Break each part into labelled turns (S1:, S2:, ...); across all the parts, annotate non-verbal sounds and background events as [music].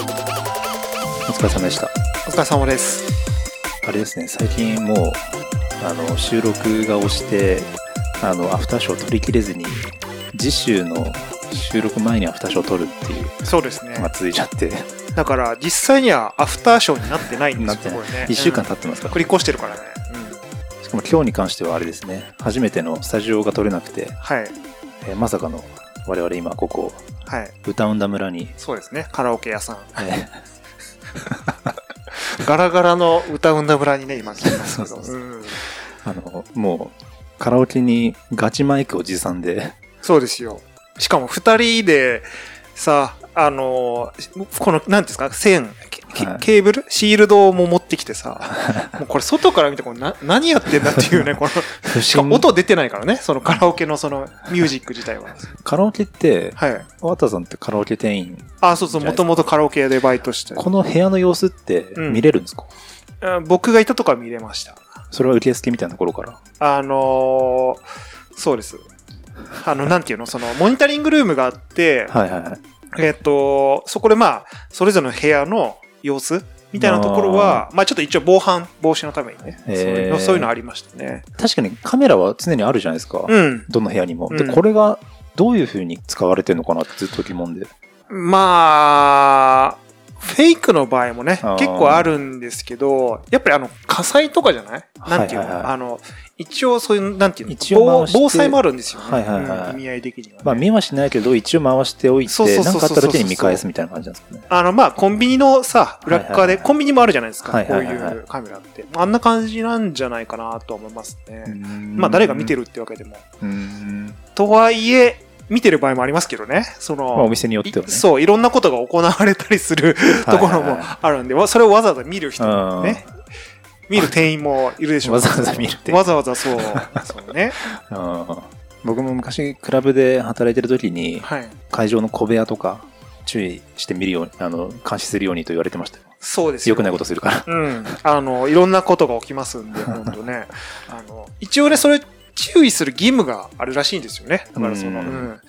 S1: お疲れ様でした
S2: お疲れ様です。
S1: あれですね最近もうあの収録が押してあのアフターショー取り切れずに次週の収録前にアフターショー取るっていう
S2: そうですね
S1: のが。続いちゃって
S2: だから、実際にはアフターショーになってないん
S1: な
S2: で
S1: って
S2: すよ、
S1: ない
S2: これね。
S1: 1週間
S2: うん
S1: 経ってますから
S2: 繰り越してるからね。うん
S1: しかも今日に関してはあれですね初めてのスタジオが取れなくて、
S2: はい。
S1: えーまさかの我々今ここ
S2: はい。
S1: 歌うんだ村に、
S2: そうですね。カラオケ屋さん。
S1: え
S2: [laughs]
S1: ー
S2: ガラガラの歌うんだ村にね、今来てますけど。
S1: そうそうそ
S2: ん
S1: あのもうカラオケにガチマイクを持参で
S2: そうですよ。しかも二人で、さ、あのー、この、なんていうんですか、線、ケケ
S1: はい
S2: ケーブルシールドも持ってきて [laughs] さ、もうこれ外から見てこれな、何やってんだっていうね、この、
S1: 不
S2: しか
S1: 審
S2: も音出てないからね、そのカラオケのそのミュージック自体は。
S1: カラオケって
S2: はい。
S1: 綿さんってカラオケ店員
S2: あ、そうそう、もともとカラオケ屋でバイトして。
S1: この部屋の様子って
S2: うん
S1: 見れるんですか、
S2: あ僕がいたとこは見れました。
S1: それは受付みたいなところから
S2: あのーそうです。
S1: [laughs]
S2: あの、なんていうの、その、モニタリングルームがあって、
S1: はいはいはい
S2: えっと、そこでまあ、それぞれの部屋の様子みたいなところは、まあちょっと一応防犯、防止のためにね、そう
S1: へー
S2: いうのそういうのありましたね。
S1: 確かにカメラは常にあるじゃないですか、
S2: うん。
S1: どの部屋にも、
S2: う
S1: で
S2: ん
S1: これがどういうふうに使われてるのかなってずっと疑問で
S2: まあ、フェイクの場合もね、
S1: あー
S2: 結構あるんですけど、やっぱりあの、火災とかじゃないなんていう
S1: は
S2: の、
S1: いはいはい
S2: あの、一応そういう、なんていうの
S1: 一応回
S2: 防
S1: して
S2: 防災もあるんですよね。
S1: はいはいはい
S2: うん意味合い的には、ね。
S1: まあ見はしないけど一応回しておい
S2: そう
S1: て
S2: そうそう
S1: 何
S2: そ
S1: か
S2: う
S1: あった時に見返すみたいな感じなんですかね
S2: あの、まあ、コンビニのさ、裏っ
S1: はい
S2: 側
S1: はい
S2: で、
S1: はい
S2: コンビニもあるじゃないですか、
S1: はいはいはいはい
S2: こういうカメラって。あんな感じなんじゃないかなとは思いますね。ま
S1: ま
S2: あ、誰が見て
S1: る
S2: るってわけでも。
S1: うん
S2: とはいえ、見てる場合もありますけどね。そ
S1: まあお
S2: の、
S1: 店によってはね
S2: いそう、いろんなことが行われたりするところもあるんで、わそれをわざわざ見る人もね、見る店員もいるでしょう
S1: わざわざ見るって
S2: わざわざそう。そうね。
S1: うん僕も昔クラブで働いてる時に
S2: はい。
S1: 会場の小部屋とか注意して見るようにあの監視するようにと言われてましたよ
S2: そうです
S1: よくない
S2: い
S1: ことするから
S2: うん、あのいろんなことが起きますんで、本当ね、あの一応ね、それ、注意する義務があるらしいんですよね、だからその、
S1: う
S2: うん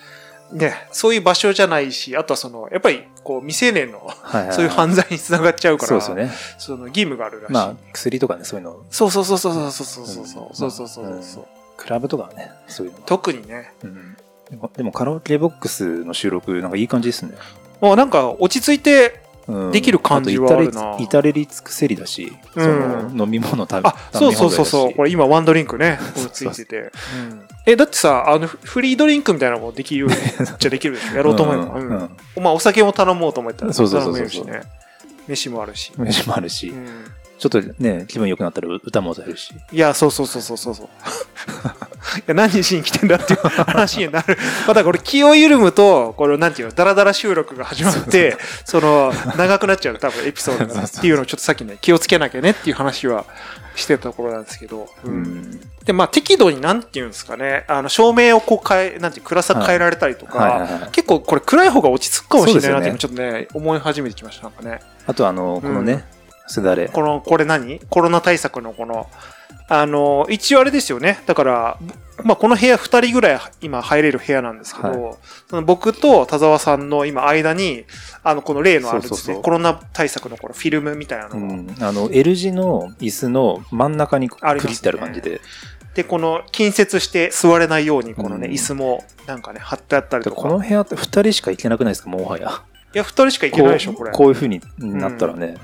S2: んね、そういう場所じゃないし、あとはそのやっぱりこう未成年の
S1: はいはは
S2: そういう [laughs] 犯罪につながっちゃうから、
S1: そうですよね
S2: その義務があるらしい。
S1: まあ薬とかねそういうの
S2: そうそうそうそうそうそうそうそう
S1: うん
S2: そうそうそうそう、
S1: クラブとかはねそういうのは
S2: 特にね
S1: うんでもでもカラオケボックスの収録なんかいい感じですね、
S2: もうなんか落ち着いて
S1: うん
S2: できる感じはあるな
S1: と至れ至れり尽くせりだし、
S2: うん
S1: その飲み物食べ
S2: あそうそうそうそうこ
S1: れ
S2: れ今ワンドリンクねこれついててうんえだってさあのフフリードリンクみたいなのもできる [laughs] じゃできるでしょやろうと思えば、うんまあ、お酒も頼もうと思ったら
S1: そうそうそう
S2: 頼
S1: そう
S2: めるしね飯もあるし、
S1: 飯もあるし、
S2: うん、
S1: ちょっとね気分良くなったら歌も歌えるし
S2: いやそうそうそうそう [laughs] そうそういや何しに来てんだっていう [laughs] 話になるまたこれ気を緩むとこれなんていうのダラダラ収録が始まってその長くなっちゃう多分エピソー [laughs] ドがっていうのをちょっとさっきね気をつけなきゃねっていう話はしてたところなんですけど、うん
S1: うん
S2: でまあ適度になんていうんですかねあの照明をこう変えなんていう暗さ変えられたりとか、
S1: はいはいはい
S2: 結構これ暗い方が落ち着くかもしれないなっ
S1: そうで
S2: て今ちょっとね思い始めてきましたなんかね
S1: あとあのこのね、
S2: うん
S1: すだれ
S2: このこれ何コロナ対策のこのあの一応あれですよねだから、まあ、この部屋2人ぐらい今入れる部屋なんですけど、その僕と田沢さんの今間にあのこの例のあるですね
S1: そうそうそう
S2: コロナ対策のこのフィルムみたいな
S1: う
S2: のが、
S1: ん、あの L 字の椅子の真ん中にく
S2: ありますね
S1: りってある感じで
S2: でこの近接して座れないようにこのね、
S1: うん
S2: 椅子もなんかね貼ってあったり
S1: で
S2: とか
S1: この部屋って2人しか行けなくないですかもはや
S2: いや2人しか行けないでしょこれ
S1: こういうふうになったらね、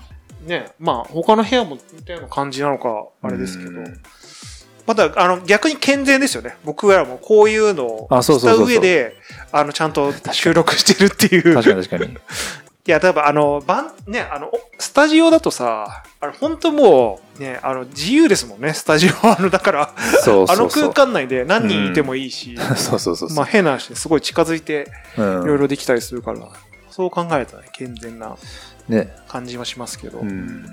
S2: ねまあ他の部屋も似たような感じなのかあれですけど、
S1: うん
S2: またあの逆に健全ですよね僕らもこういうのを
S1: あそう
S2: し
S1: そう
S2: た
S1: そうそう
S2: 上であのちゃんと収録してるっていう
S1: 確かに確かに
S2: いや多分あのバンねあのおスタジオだとさあれ本当もうねあの自由ですもんねスタジオはあのだから
S1: そうそうそう
S2: あの空間内で何人いてもいいし、
S1: そうそうそうそう、
S2: まあ変な話ですごい近づいて
S1: うん
S2: いろいろできたりするから、そう考えるとね健全な
S1: ね
S2: 感じはしますけど、
S1: うん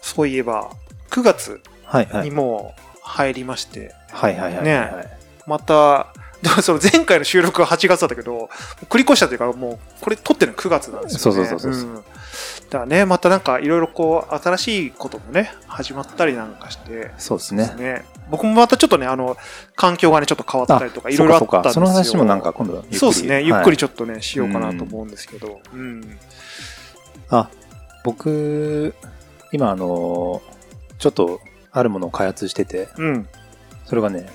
S2: そういえば9月
S1: はいは
S2: に
S1: い
S2: もう入りまして、
S1: はいはいはいはい、はい
S2: また、でもその前回の収録は8月だったけど、繰り越したというか、もうこれ撮ってるの9月なんですよね。
S1: そうそうそうそうん
S2: だからね、またなんかいろいろこう、新しいこともね、始まったりなんかして、
S1: そうですね。
S2: ね、僕もまたちょっとね、あの、環境がね、ちょっと変わったりとか、いろいろあ
S1: そ
S2: っ
S1: うか
S2: たん
S1: そう
S2: です
S1: か
S2: よ。
S1: その話もなんか今度はゆっくり
S2: そうですね、ゆっくり
S1: はい
S2: ちょっとね、しようかなと思うんですけど、うん。
S1: あ僕今あのちょっとあるものを開発してて
S2: うん。
S1: それがね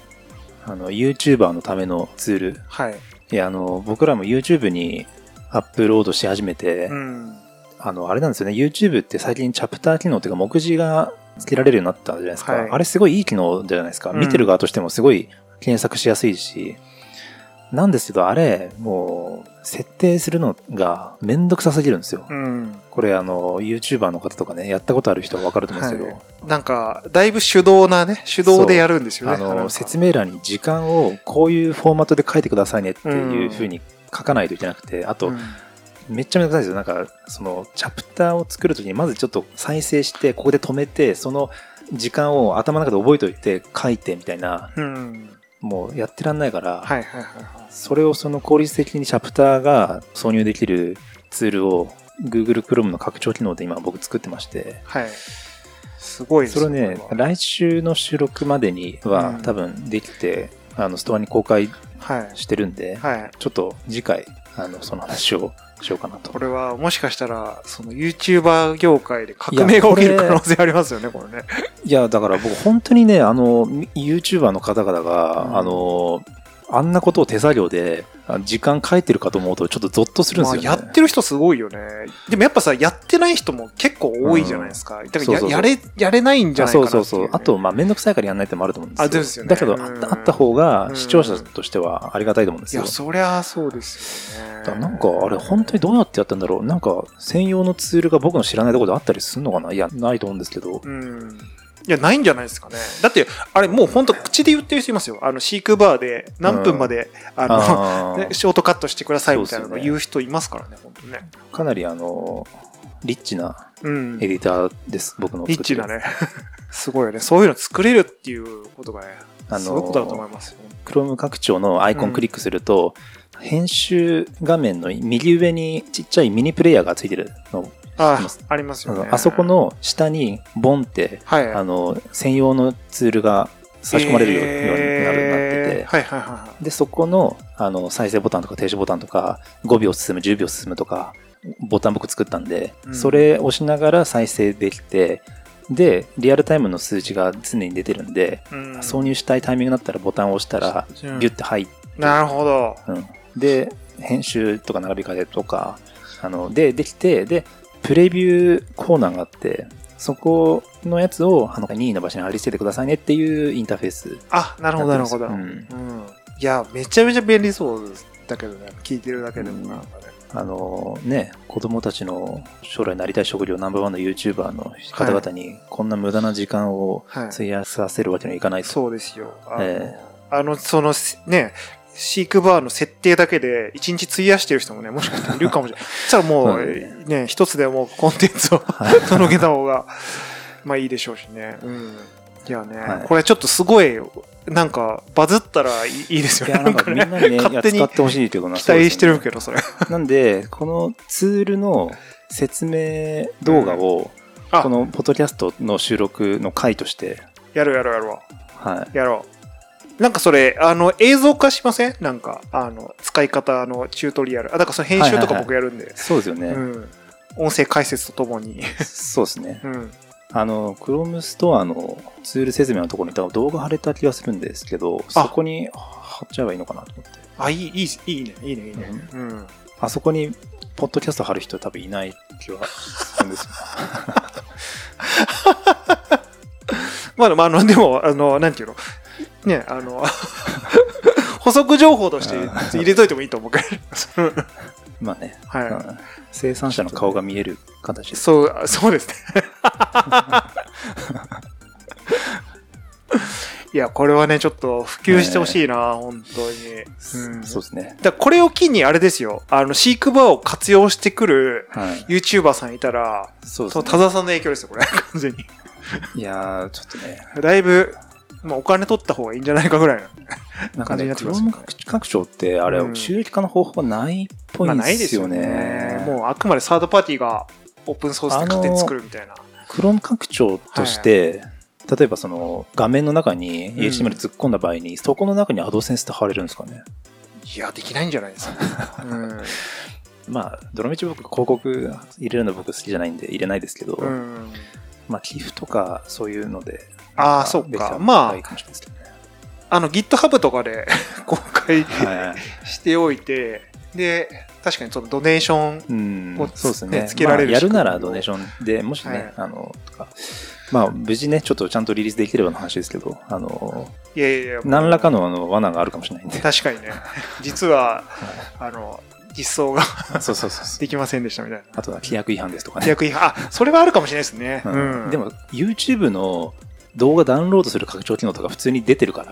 S1: あの YouTuber のためのツール
S2: はい。
S1: いやあの僕らも YouTube にアップロードし始めて、
S2: うん。
S1: あのあれなんですよね YouTube って最近チャプター機能っていうか目次がつけられるようになったじゃないですか、
S2: はい
S1: あれすごいいい機能じゃないですか、
S2: うん
S1: 見てる側としてもすごい検索しやすいしなんですけどあれもう設定するのがめんどくさすぎるんですよ、
S2: うん。
S1: これあの YouTuber の方とかねやったことある人は分かると思うんですけど、
S2: はなんか、だいぶ手動なね、手動でやるんですよね。
S1: あの説
S2: 明。
S1: 明欄に時間をこういうフォーマットで書いてくださいねっていうふうに書かないといけなくて、あと、
S2: うん
S1: めっちゃめんどくさいですよなんかそのチャプターを作るときにまずちょっと再生してここで止めてその時間を頭の中で覚えておいて書いてみたいな
S2: うん。
S1: もうやってらんないから、
S2: はいはいはいはい。
S1: それをその効率的にチャプターが挿入できるツールを Google Chrome の拡張機能で今僕作ってまして。
S2: はい。すごいです
S1: それをね
S2: こ、
S1: 来週の収録までに
S2: う
S1: は
S2: ん
S1: 多分できて、あのストアに公開
S2: ははい。
S1: してるんで、
S2: はい。
S1: ちょっと次回、あのその話をしようかなと
S2: こ。れはもしかしたら、その YouTuber 業界で革命が起き
S1: い
S2: る
S1: やこれ
S2: 可能性ありますよね、これね。
S1: いや、だから僕、本当にね、あの、YouTuber の方々が、
S2: うん
S1: あの、あんなことを手作業で、あ時間書いてるかと思うと、ちょっとゾッとするんですよね。
S2: まあ、やってる人すごいよね。でもやっぱさ、やってない人も結構多いじゃないですか。だからや
S1: そうそうそう
S2: やれ、やれないんじ
S1: あ
S2: ゃないか
S1: そ
S2: な
S1: う
S2: ってい
S1: そう
S2: ね、
S1: うそう。あと、まあ、めんどくさいからやんないってのもあると思うんですよ。
S2: あですよね
S1: だけど、
S2: うん
S1: あったあった方が、視聴者としてはありがたいと思うんで
S2: い
S1: すよ。
S2: や、そりゃそうですよね
S1: だ。からなんかあれ本当にどうやってやったんだろうなんか専用のツールが僕の知らないところであったりするのかないやないと思うんですけど
S2: うん。いや、ないんじゃないですかね。だって、あれ、もう本当口で言ってる人いますよ。あの、飼育バーで何分まで、あ
S1: あ
S2: の、
S1: ー
S2: ね、ショートカットしてくださいみたいな
S1: そう
S2: の
S1: っすよね
S2: 言う人いますからね、本当ね。
S1: かなりあのリッチな
S2: うん。
S1: エデ
S2: リ
S1: ィターです僕の作
S2: ッ
S1: って
S2: チ
S1: る
S2: だね。 [laughs] すごいよね。そういうの作れるっていうことがね、
S1: あのー
S2: すごいことだと思いますよ。
S1: Chrome 拡張のアイコンクリックすると、編集画面の右上にちっちゃいミニプレイヤーがついてるの
S2: あ、あります
S1: あ
S2: よね
S1: の。あそこ、の下にボンって
S2: はい。
S1: あの専用のツールが差し込まれるようになるようになってて。
S2: えーはいはいはいはい。
S1: で、そこのあの再生ボタンとか停止ボタンとか、5秒進む、10秒進むとか、ボタン僕作ったんで、
S2: うん
S1: それ押しながら再生できて、で、リアルタイムの数字が常に出てるんで、
S2: うん
S1: 挿入したいタイミングだったらボタンを押したら、
S2: うん
S1: ギュッて入って、
S2: なるほど。
S1: うんで、編集とか並び替えとか、あので、できて、で、プレビューコーナーがあって、そこのやつをあの任意の場所に貼り付けてくださいねっていうインターフェース。
S2: あ、なるほど、なるほど。
S1: う
S2: うんん。いや、めちゃめちゃ便利そうですだけどね、聞いてるだけでもなんかね。
S1: あのね、子供たちの将来なりたい職業ナンバーワンの YouTuber の方々に、こんな無駄な時間を
S2: はい。
S1: 費やさせるわけにはいかないと。
S2: そうですよ。あの、
S1: え
S2: あのその、せね、飼育バーの設定だけで一日費やしてる人もね、もしかした
S1: [laughs]
S2: らいるかもしれない。そしたらも
S1: そう
S2: う、ね、一つでもコンテンツを
S1: はい
S2: [laughs] 届けた方が、まあいいでしょうしね。うん。いやね、
S1: はい
S2: これちょっとすごい、なんか、バズったらいいいいですよ
S1: い
S2: ね。
S1: や、なんかみんなにね、
S2: 勝手に
S1: いや使ってほしいというかな。
S2: 期待してる
S1: ど。
S2: けど、それ。
S1: [laughs] なんで、このツールの説明動画を、
S2: あ
S1: このポッドキャストの収録の回として、
S2: やろうやろうやろ
S1: は
S2: う。やろう。なんかそれ、あの、映像化しませんなんか、あの、使い方のチュートリアル。あ、だからその編集とか
S1: はいはいはい
S2: 僕やるんで
S1: い。。そうですよね。
S2: うん。音声解説とともに。
S1: そうですね。
S2: うん。
S1: あの、Chrome ストアのツール説明のところに多分動画貼れた気がするんですけど、そこに貼っちゃえばいいのかなと思って。
S2: あ、いい、いい、いいね、いいね、いいね。うん。
S1: あそこに、ポッドキャスト貼る人多分いない気はするんです
S2: [laughs]
S1: よ。
S2: まあ、まあ、あの、でも、あの、なんていうのね、あの、 [laughs] 補足情報として
S1: うん
S2: 入れといてもいいと思うから。その
S1: まあね、う
S2: [laughs] は
S1: ん生産者の顔が見える形
S2: い。
S1: です。
S2: そう、そ
S1: [laughs]
S2: うですね。いや、これはね、ちょっと普及してほしいな、本当に。うん。
S1: そうですね。
S2: だからこれを機に、あれですよ、あの、飼育バーを活用してくる
S1: はい。
S2: YouTuber さんいたら、
S1: そうです
S2: そう、
S1: ね
S2: 田。沢さんの影響ですよ、これ。完全に。
S1: いやー、ちょっとね、
S2: だいぶ、まあ、お金取った方がいいんじゃないかぐらいの。
S1: なんか
S2: 感じに
S1: ね、
S2: なっ
S1: ク
S2: てき
S1: ロー
S2: ますよね
S1: ム拡張って、あれ、
S2: うん
S1: 収益化の方法がないっぽい
S2: まあ、
S1: ん
S2: な
S1: で
S2: いですす
S1: よ
S2: よ
S1: ね。
S2: ね。もうあくまでサードパーティーがオープンソースで勝手に作るみたいな。
S1: クローム拡張として、例えばその画面の中に HTML 突っ込んだ場合に、そこの中にアドセンスって貼れるんですかね
S2: いや、できないんじゃないですか。
S1: [laughs]
S2: うん
S1: まあどのみち僕広告入れるの僕好きじゃないんで入れないですけど、
S2: うん。
S1: まあ寄付とかそういうので
S2: ああ、そっ
S1: できた
S2: か。
S1: ら
S2: まあ
S1: いい、かもしれないですけどね
S2: あの GitHub とかで [laughs] 公開 [laughs]
S1: はい、
S2: しておいて、で、確かにそのドネーショ
S1: う
S2: ン、
S1: ん
S2: こう、
S1: そうですね
S2: ねつけられ
S1: ま
S2: る
S1: あやるな
S2: 仕
S1: ら
S2: 組みを
S1: ドネーションでもしね、
S2: はい
S1: あのとかまあ無事ねちょっとちゃんとリリースできればの話ですけどあの
S2: いやいやいや、
S1: 何らかのあの罠があるかもしれないん
S2: [laughs]
S1: で
S2: 確かにね、実は、あの、実装が
S1: そうそうそうそう
S2: できませんでしたみたいな。
S1: あとは規約違反ですとかね
S2: 規約違反、あ、それはあるかもしれないですね。
S1: うん
S2: うん
S1: で、も YouTube の動画ダウンロードする拡張機能とか普通に出てるか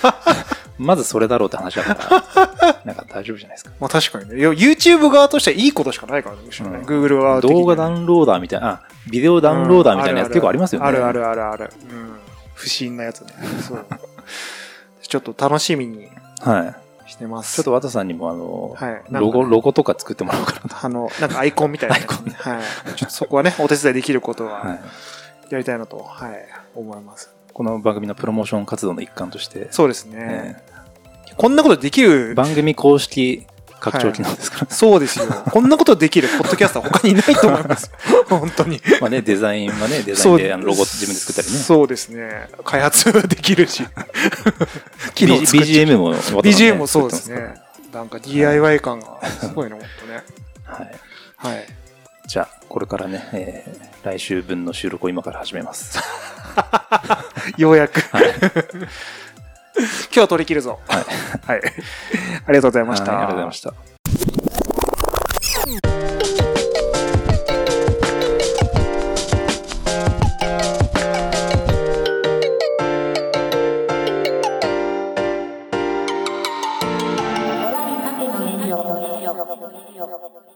S1: ら
S2: [laughs]
S1: まずそれだろうって話だ
S2: [laughs]
S1: からなんか大丈夫じゃないですか
S2: まあ確かにね。いや YouTube 側としてはいいことしかないからね、むしろね
S1: うん
S2: Google 側的に
S1: 動画ダウンローダーみたいなあビデオダウンローダーみたいなやつ
S2: うん
S1: 結構ありますよね
S2: あるあるあるある。うん。不審なやつね。そう。 [laughs] ちょっと楽しみに
S1: はい
S2: してます。
S1: ちょっと和田さんにもあの、
S2: はいなんか
S1: ロゴロゴとか作ってもらおう
S2: [laughs]
S1: か
S2: あの、なんかアイコンみたいなや
S1: [laughs]
S2: つ。
S1: アイコン
S2: はい。ちょっとそこはね、お手伝いできること
S1: な、は、
S2: はいやりたいなと、はい、思います。
S1: この番組のプロモーション活動の一環として、
S2: そうです
S1: え
S2: ね。こんなことでき
S1: え
S2: る、
S1: 番組公式拡張機能ですから、
S2: そうですよ。こんなことできるポッドキャスター他にいないと思います。
S1: [laughs]
S2: 本当に。
S1: まあね、デザインはねデザイ
S2: そ
S1: ン
S2: う
S1: であのロゴ自分で作ったりね
S2: そうですね。開発でき
S1: [laughs]
S2: るし。機能
S1: B-
S2: 作っちゃう
S1: BGM も和田さんね
S2: BGM もそうです
S1: 作ってま
S2: ね。なんか DIY 感がすごいね、本当ね。
S1: からはい
S2: はい。
S1: じゃあ、これからね、えー来週分の収録を今から始め
S2: [laughs]
S1: ます。
S2: ようやく。 [laughs] 今日取り切るぞ。
S1: はい
S2: はい。ありがとうございました。
S1: はいありがとうございました。
S3: Hola, mi padre, no, no, no, no, no, no, no.